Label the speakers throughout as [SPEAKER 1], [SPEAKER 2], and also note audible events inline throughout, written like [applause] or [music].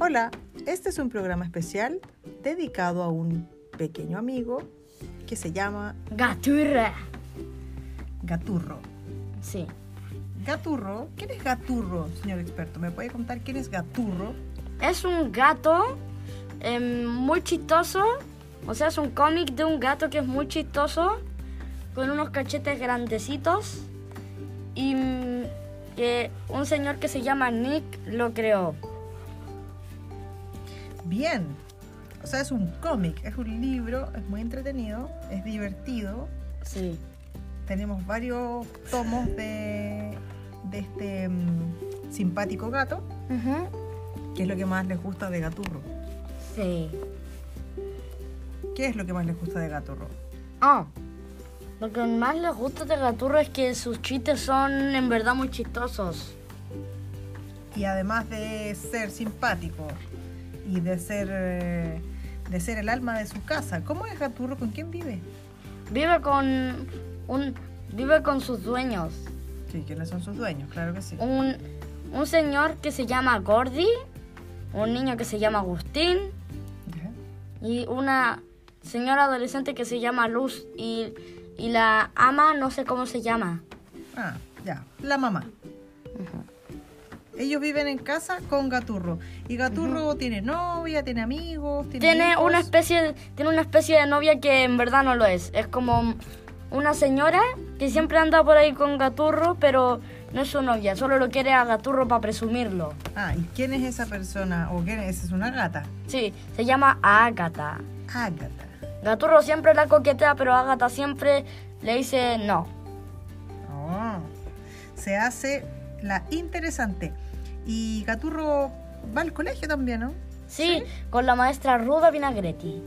[SPEAKER 1] Hola, este es un programa especial dedicado a un pequeño amigo que se llama
[SPEAKER 2] Gaturra.
[SPEAKER 1] Gaturro.
[SPEAKER 2] Sí.
[SPEAKER 1] Gaturro, ¿quién es Gaturro, señor experto? ¿Me puede contar quién es Gaturro?
[SPEAKER 2] Es un gato em, muy chistoso. O sea, es un cómic de un gato que es muy chistoso. Con unos cachetes grandecitos. Y mm, que un señor que se llama Nick lo creó.
[SPEAKER 1] Bien. O sea, es un cómic, es un libro, es muy entretenido, es divertido.
[SPEAKER 2] Sí.
[SPEAKER 1] Tenemos varios tomos de, de este mm, simpático gato, que es lo que más les gusta de Gaturro.
[SPEAKER 2] Sí.
[SPEAKER 1] ¿Qué es lo que más les gusta de Gaturro?
[SPEAKER 2] Ah. Lo que más les gusta de Gaturro es que sus chistes son en verdad muy chistosos.
[SPEAKER 1] y además de ser simpático y de ser eh, de ser el alma de su casa. ¿Cómo es Gaturro? ¿Con quién vive?
[SPEAKER 2] Vive con un vive con sus dueños.
[SPEAKER 1] Sí, quiénes son sus dueños, claro que sí.
[SPEAKER 2] un, un señor que se llama Gordy, un niño que se llama Agustín
[SPEAKER 1] Ya.
[SPEAKER 2] y una señora adolescente que se llama Luz y, y la ama, no sé cómo se llama.
[SPEAKER 1] Ah, ya, la mamá. Ellos viven en casa con Gaturro. Y Gaturro tiene novia, tiene amigos, tiene,
[SPEAKER 2] Tiene
[SPEAKER 1] hijos.
[SPEAKER 2] una, especie, tiene una especie de novia que en verdad no lo es. Es como una señora que siempre anda por ahí con Gaturro, pero no es su novia, solo lo quiere a Gaturro para presumirlo.
[SPEAKER 1] Ah, ¿y quién es esa persona? ¿O quién es? Es una gata.
[SPEAKER 2] Sí, se llama Ágata.
[SPEAKER 1] Ágata.
[SPEAKER 2] Gaturro siempre la coquetea, pero Ágata siempre le dice no.
[SPEAKER 1] Oh, Se hace la interesante. Y Gaturro va al colegio también, ¿no?
[SPEAKER 2] Sí, con la maestra Ruda Vinagretti.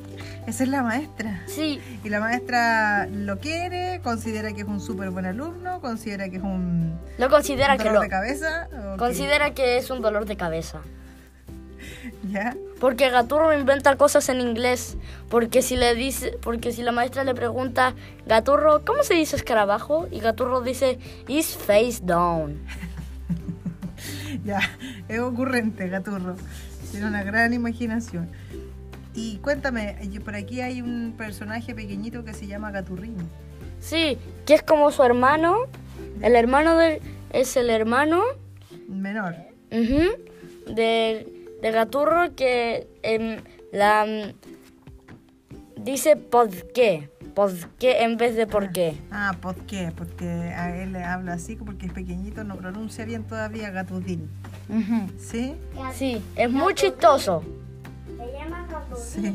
[SPEAKER 1] Esa es la maestra.
[SPEAKER 2] Sí,
[SPEAKER 1] Y la maestra lo quiere, considera que es un súper buen alumno, considera que es un
[SPEAKER 2] lo considera que
[SPEAKER 1] dolor
[SPEAKER 2] lo
[SPEAKER 1] de cabeza. ok,
[SPEAKER 2] considera que es un dolor de cabeza.
[SPEAKER 1] ¿Ya?
[SPEAKER 2] Porque Gaturro inventa cosas en inglés, porque si le dice, porque si la maestra le pregunta, Gaturro, ¿cómo se dice escarabajo? Y Gaturro dice, is face down.
[SPEAKER 1] Ya, es ocurrente, Gaturro. Tiene una gran imaginación. Y cuéntame, yo- por aquí hay un personaje pequeñito que se llama Gaturrín.
[SPEAKER 2] Sí, que es como su hermano, el hermano de es el hermano
[SPEAKER 1] Menor.
[SPEAKER 2] Ujú. de, de Gaturro que em, la mm, dice por qué, por qué en vez de por qué.
[SPEAKER 1] Ah, ¿por qué? Porque a él le habla así, porque es pequeñito, no pronuncia bien todavía Gaturrín. ¿Sí?
[SPEAKER 2] Sí, es muy chistoso.
[SPEAKER 1] Sí.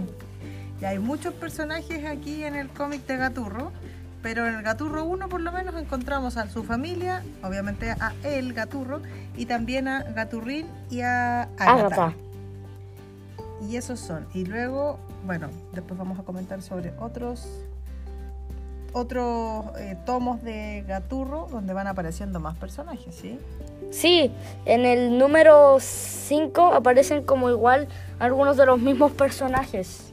[SPEAKER 1] Y hay muchos personajes aquí en el cómic de Gaturro, pero en el Gaturro 1 por lo menos encontramos a su familia, obviamente a él, Gaturro, y también a Gaturrín y a Agatha.
[SPEAKER 2] Ágata.
[SPEAKER 1] Y esos son. Y luego, bueno, después vamos a comentar sobre otros otros eh, tomos de Gaturro donde van apareciendo más personajes, ¿sí?
[SPEAKER 2] Sí, en el número 5 aparecen como igual algunos de los mismos personajes.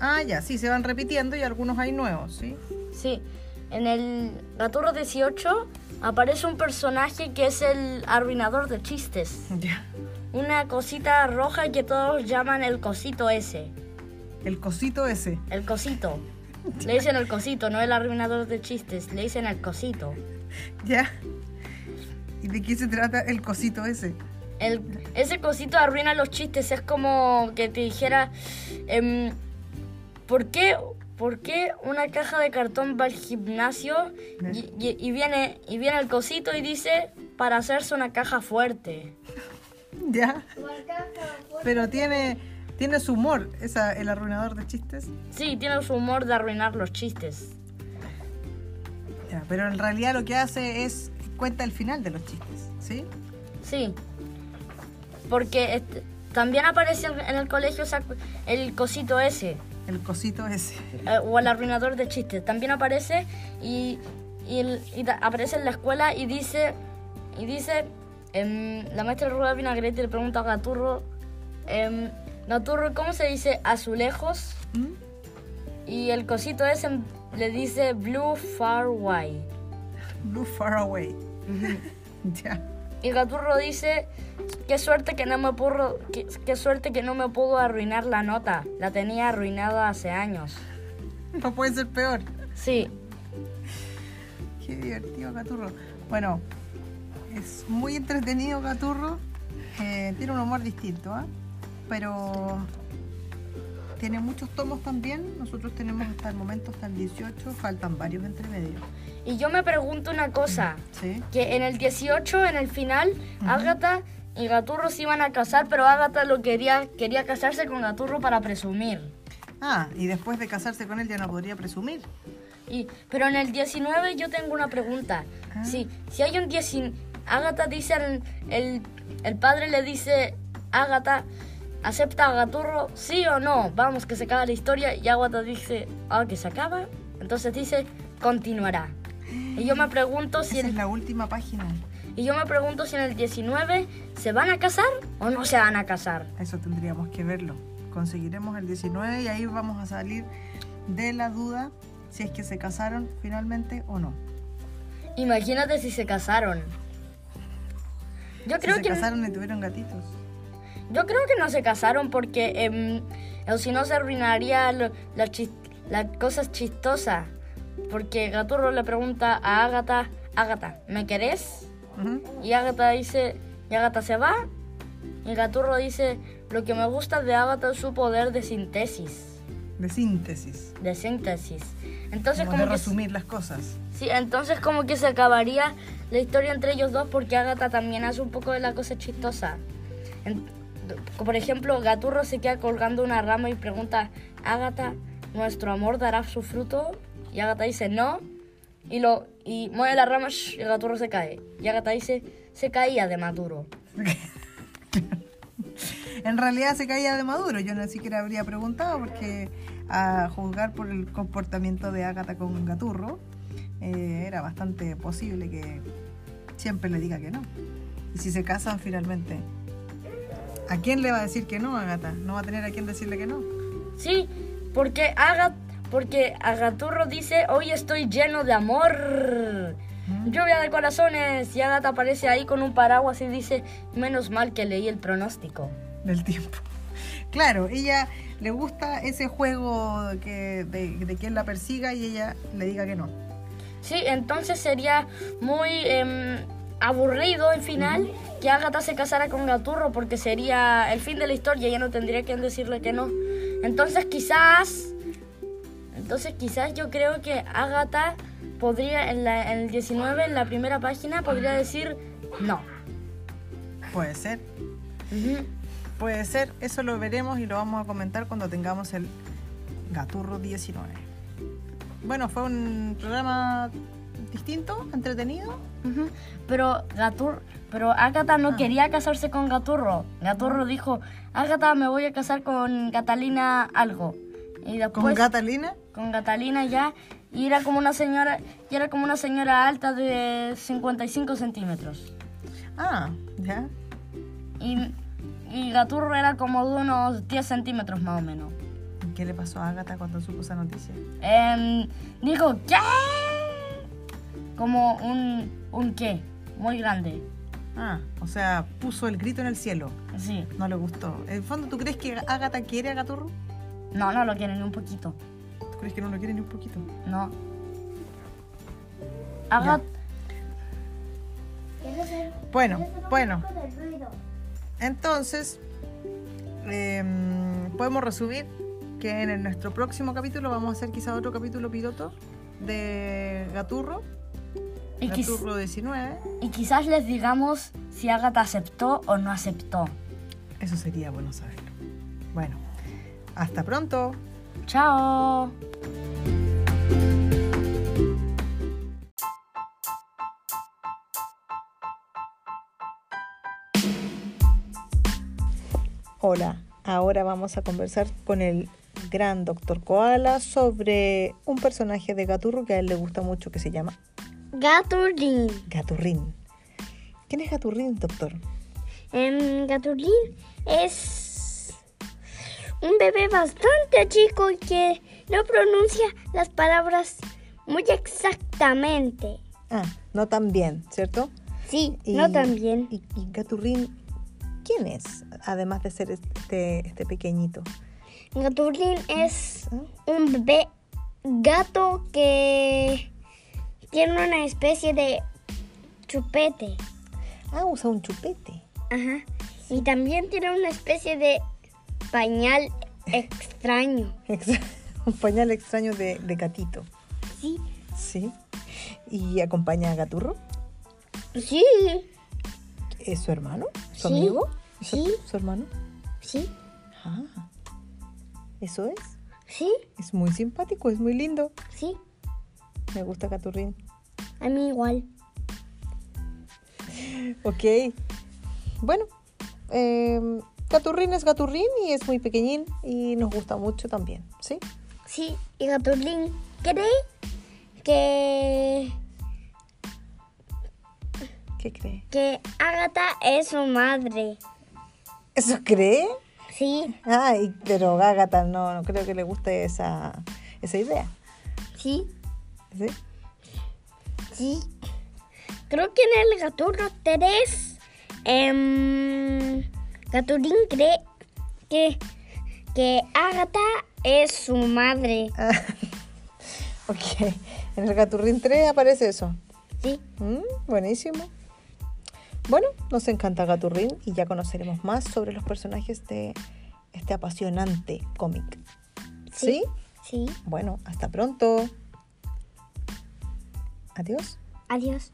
[SPEAKER 1] Ah, ya, sí, se van repitiendo y algunos hay nuevos, ¿sí? [laughs]
[SPEAKER 2] Sí, en el Gaturro 18 aparece un personaje que es el arruinador de chistes.
[SPEAKER 1] Ya.
[SPEAKER 2] Una cosita roja que todos llaman el cosito ese.
[SPEAKER 1] El cosito ese.
[SPEAKER 2] El cosito. Le dicen el cosito, no el arruinador de chistes, le dicen el cosito.
[SPEAKER 1] ¿Ya? ¿Y de qué se trata el cosito ese?
[SPEAKER 2] El- ese cosito arruina los chistes, es como que te dijera, em, ¿por, qué, por qué una caja de cartón va al gimnasio y, y- y viene, y viene el cosito y dice, para hacerse una caja fuerte?
[SPEAKER 1] ¿Ya? Pero tiene, tiene su humor, esa, el arruinador de chistes.
[SPEAKER 2] Sí, tiene su humor de arruinar los chistes.
[SPEAKER 1] Ya, pero en realidad lo que hace es cuenta el final de los chistes, ¿sí?
[SPEAKER 2] Sí, porque este- también aparece en en el colegio esa- el cosito ese.
[SPEAKER 1] El cosito ese.
[SPEAKER 2] Eh, o el arruinador de chistes. También aparece y, y el- y da- aparece en la escuela y dice, y dice em, la maestra Rueda Vinagrete le pregunta a Gaturro, em, Gaturro, ¿cómo se dice azulejos?
[SPEAKER 1] ¿Mm?
[SPEAKER 2] Y el cosito ese em, le dice blue far away.
[SPEAKER 1] Blue Far Away. ya.
[SPEAKER 2] Y Gaturro dice, qué suerte que no me pudo, qué, qué suerte que no me pudo arruinar la nota. La tenía arruinada hace años.
[SPEAKER 1] No puede ser peor.
[SPEAKER 2] Sí,
[SPEAKER 1] Qué divertido Gaturro. Bueno, es muy entretenido Gaturro. Eh, tiene un humor distinto, ¿ah? Pero tiene muchos tomos también. Nosotros tenemos hasta el momento, hasta el 18, faltan varios entre medio.
[SPEAKER 2] y yo me pregunto una cosa,
[SPEAKER 1] ¿Sí?
[SPEAKER 2] que en el 18, en el final, Ágata y Gaturro se iban a casar, pero Ágata lo quería, quería casarse con Gaturro para presumir.
[SPEAKER 1] Ah, y después de casarse con él ya no podría presumir.
[SPEAKER 2] Y, pero en el 19 yo tengo una pregunta.
[SPEAKER 1] Ah.
[SPEAKER 2] Si, si hay un 19... Ágata dice, al- el, el padre le dice, Ágata, ¿acepta a Gaturro? ¿Sí o no? Vamos, que se acaba la historia. Y Ágata dice, ah, que se acaba. Entonces dice, continuará. Y yo me pregunto si
[SPEAKER 1] Esa es
[SPEAKER 2] en,
[SPEAKER 1] la última página.
[SPEAKER 2] y yo me pregunto si en el 19 se van a casar o no se van a casar.
[SPEAKER 1] Eso tendríamos que verlo. Conseguiremos el 19 y ahí vamos a salir de la duda si es que se casaron finalmente o no.
[SPEAKER 2] Imagínate si se casaron. Yo
[SPEAKER 1] Si
[SPEAKER 2] creo
[SPEAKER 1] se
[SPEAKER 2] que
[SPEAKER 1] casaron y tuvieron gatitos.
[SPEAKER 2] Yo creo que no se casaron porque em, o si no se arruinaría lo- la chis- las cosas chistosas. Porque Gaturro le pregunta a Ágata, Ágata, ¿me querés?
[SPEAKER 1] Ujú.
[SPEAKER 2] Y Ágata dice, y Ágata se va. Y Gaturro dice, lo que me gusta de Ágata es su poder de síntesis.
[SPEAKER 1] De síntesis.
[SPEAKER 2] De síntesis. Entonces
[SPEAKER 1] Como
[SPEAKER 2] como,
[SPEAKER 1] de
[SPEAKER 2] que, se-
[SPEAKER 1] resumir las cosas.
[SPEAKER 2] sí, entonces como que se acabaría la historia entre ellos dos porque Ágata también hace un poco de la cosa chistosa. En- por ejemplo, Gaturro se queda colgando una rama y pregunta, Ágata, ¿nuestro amor dará su fruto? Y Ágata dice, no. Y, lo, y mueve la rama shh, y Gaturro se cae. Y Ágata dice, se caía de Maduro.
[SPEAKER 1] En realidad se caía de maduro. Yo no siquiera habría preguntado porque a juzgar por el comportamiento de Ágata con Gaturro, eh, era bastante posible que siempre le diga que no. Y si se casan finalmente, ¿a quién le va a decir que no, Ágata? No va a tener a quién decirle que no.
[SPEAKER 2] Sí, porque Ágata... Porque a Gaturro dice, hoy estoy lleno de amor. Lluvia de corazones. Y Ágata aparece ahí con un paraguas y dice, menos mal que leí el pronóstico.
[SPEAKER 1] del tiempo. [laughs] Claro, ella le gusta ese juego que, de, de quien la persiga y ella le diga que no.
[SPEAKER 2] Sí, entonces sería muy em, aburrido el final que Agatha se casara con Gaturro porque sería el fin de la historia, ya no tendría quien decirle que no. Entonces quizás, entonces quizás yo creo que Agatha podría en, la- en el 19, en la primera página, podría decir no.
[SPEAKER 1] Puede ser,
[SPEAKER 2] Ujú.
[SPEAKER 1] puede ser, eso lo veremos y lo vamos a comentar cuando tengamos el Gaturro 19. Bueno, fue un programa distinto, entretenido.
[SPEAKER 2] Ujú, Pero Gatur, pero Agatha no quería casarse con Gaturro. Gaturro dijo, Agatha me voy a casar con Catalina algo. Y
[SPEAKER 1] Con
[SPEAKER 2] después
[SPEAKER 1] Catalina,
[SPEAKER 2] con Catalina ya y era como una señora, y era como una señora alta de 55 centímetros.
[SPEAKER 1] ah, ya,
[SPEAKER 2] Y, y Gaturro era como de unos 10 centímetros más o menos.
[SPEAKER 1] ¿Y ¿qué le pasó a Ágata cuando supo esa noticia?
[SPEAKER 2] Em, dijo, ¿qué? Como un, un qué, muy grande.
[SPEAKER 1] Ah, o sea, puso el grito en el cielo,
[SPEAKER 2] Sí.
[SPEAKER 1] no le gustó. En el fondo, ¿tú crees que Ágata quiere a Gaturro?
[SPEAKER 2] No, no lo quieren ni un poquito.
[SPEAKER 1] ¿Tú crees que no lo quiere ni un poquito?
[SPEAKER 2] No. Haga-
[SPEAKER 1] Bueno, bueno. Entonces, em, podemos resumir que en el- nuestro próximo capítulo vamos a hacer quizá otro capítulo piloto de Gaturro,
[SPEAKER 2] y, quiz-
[SPEAKER 1] Gaturro 19.
[SPEAKER 2] y quizás les digamos si Agatha aceptó o no aceptó.
[SPEAKER 1] Eso sería bueno saberlo. Bueno, hasta pronto.
[SPEAKER 2] Chao.
[SPEAKER 1] Hola, ahora vamos a conversar con el gran doctor Koala sobre un personaje de Gaturro que a él le gusta mucho que se llama
[SPEAKER 3] Gaturlin.
[SPEAKER 1] Gaturrín. ¿Quién es Gaturrín, doctor?
[SPEAKER 3] Em, Gaturlin es un bebé bastante chico y que no pronuncia las palabras muy exactamente.
[SPEAKER 1] Ah, no tan bien, ¿cierto?
[SPEAKER 3] Sí,
[SPEAKER 1] Y-
[SPEAKER 3] no también.
[SPEAKER 1] Y, y Gaturrín, ¿quién es? Además de ser este, este pequeñito.
[SPEAKER 3] Gaturlin es
[SPEAKER 1] ¿Ah?
[SPEAKER 3] un bebé gato que tiene una especie de chupete.
[SPEAKER 1] Ah, usa un chupete. [laughs]
[SPEAKER 3] Ajá. Y también tiene una especie de pañal extraño.
[SPEAKER 1] Ex- un pañal extraño de, de gatito.
[SPEAKER 3] Sí.
[SPEAKER 1] Sí. Y acompaña a Gaturro.
[SPEAKER 3] Sí.
[SPEAKER 1] ¿Es su hermano? ¿Su
[SPEAKER 3] Sí,
[SPEAKER 1] amigo? ¿Su-
[SPEAKER 3] sí.
[SPEAKER 1] ¿Su hermano?
[SPEAKER 3] Sí.
[SPEAKER 1] Ah. Eso es.
[SPEAKER 3] Sí.
[SPEAKER 1] Es muy simpático, es muy lindo.
[SPEAKER 3] Sí.
[SPEAKER 1] Me gusta Gaturrín.
[SPEAKER 3] A mí igual.
[SPEAKER 1] Ok. Bueno, eh, Gaturrín es Gaturrín y es muy pequeñín y nos gusta mucho también, ¿sí?
[SPEAKER 3] Sí. Y Gaturlin cree que,
[SPEAKER 1] ¿Qué cree?
[SPEAKER 3] que Agatha es su madre.
[SPEAKER 1] ¿Eso cree?
[SPEAKER 3] Sí.
[SPEAKER 1] Ay, pero Agatha no, no creo que le guste esa, esa idea,
[SPEAKER 3] Sí.
[SPEAKER 1] ¿sí? [laughs]
[SPEAKER 3] Sí. Creo que en el Gaturro 3, em, Gaturín cree que, que Agatha es su madre.
[SPEAKER 1] Ah, ok, en el Gaturrín 3 aparece eso.
[SPEAKER 3] Sí,
[SPEAKER 1] Mm, buenísimo. Bueno, nos encanta Gaturrín y ya conoceremos más sobre los personajes de este apasionante cómic. ¿Sí?
[SPEAKER 3] Sí. sí.
[SPEAKER 1] Bueno, hasta pronto. Adiós.
[SPEAKER 3] Adiós.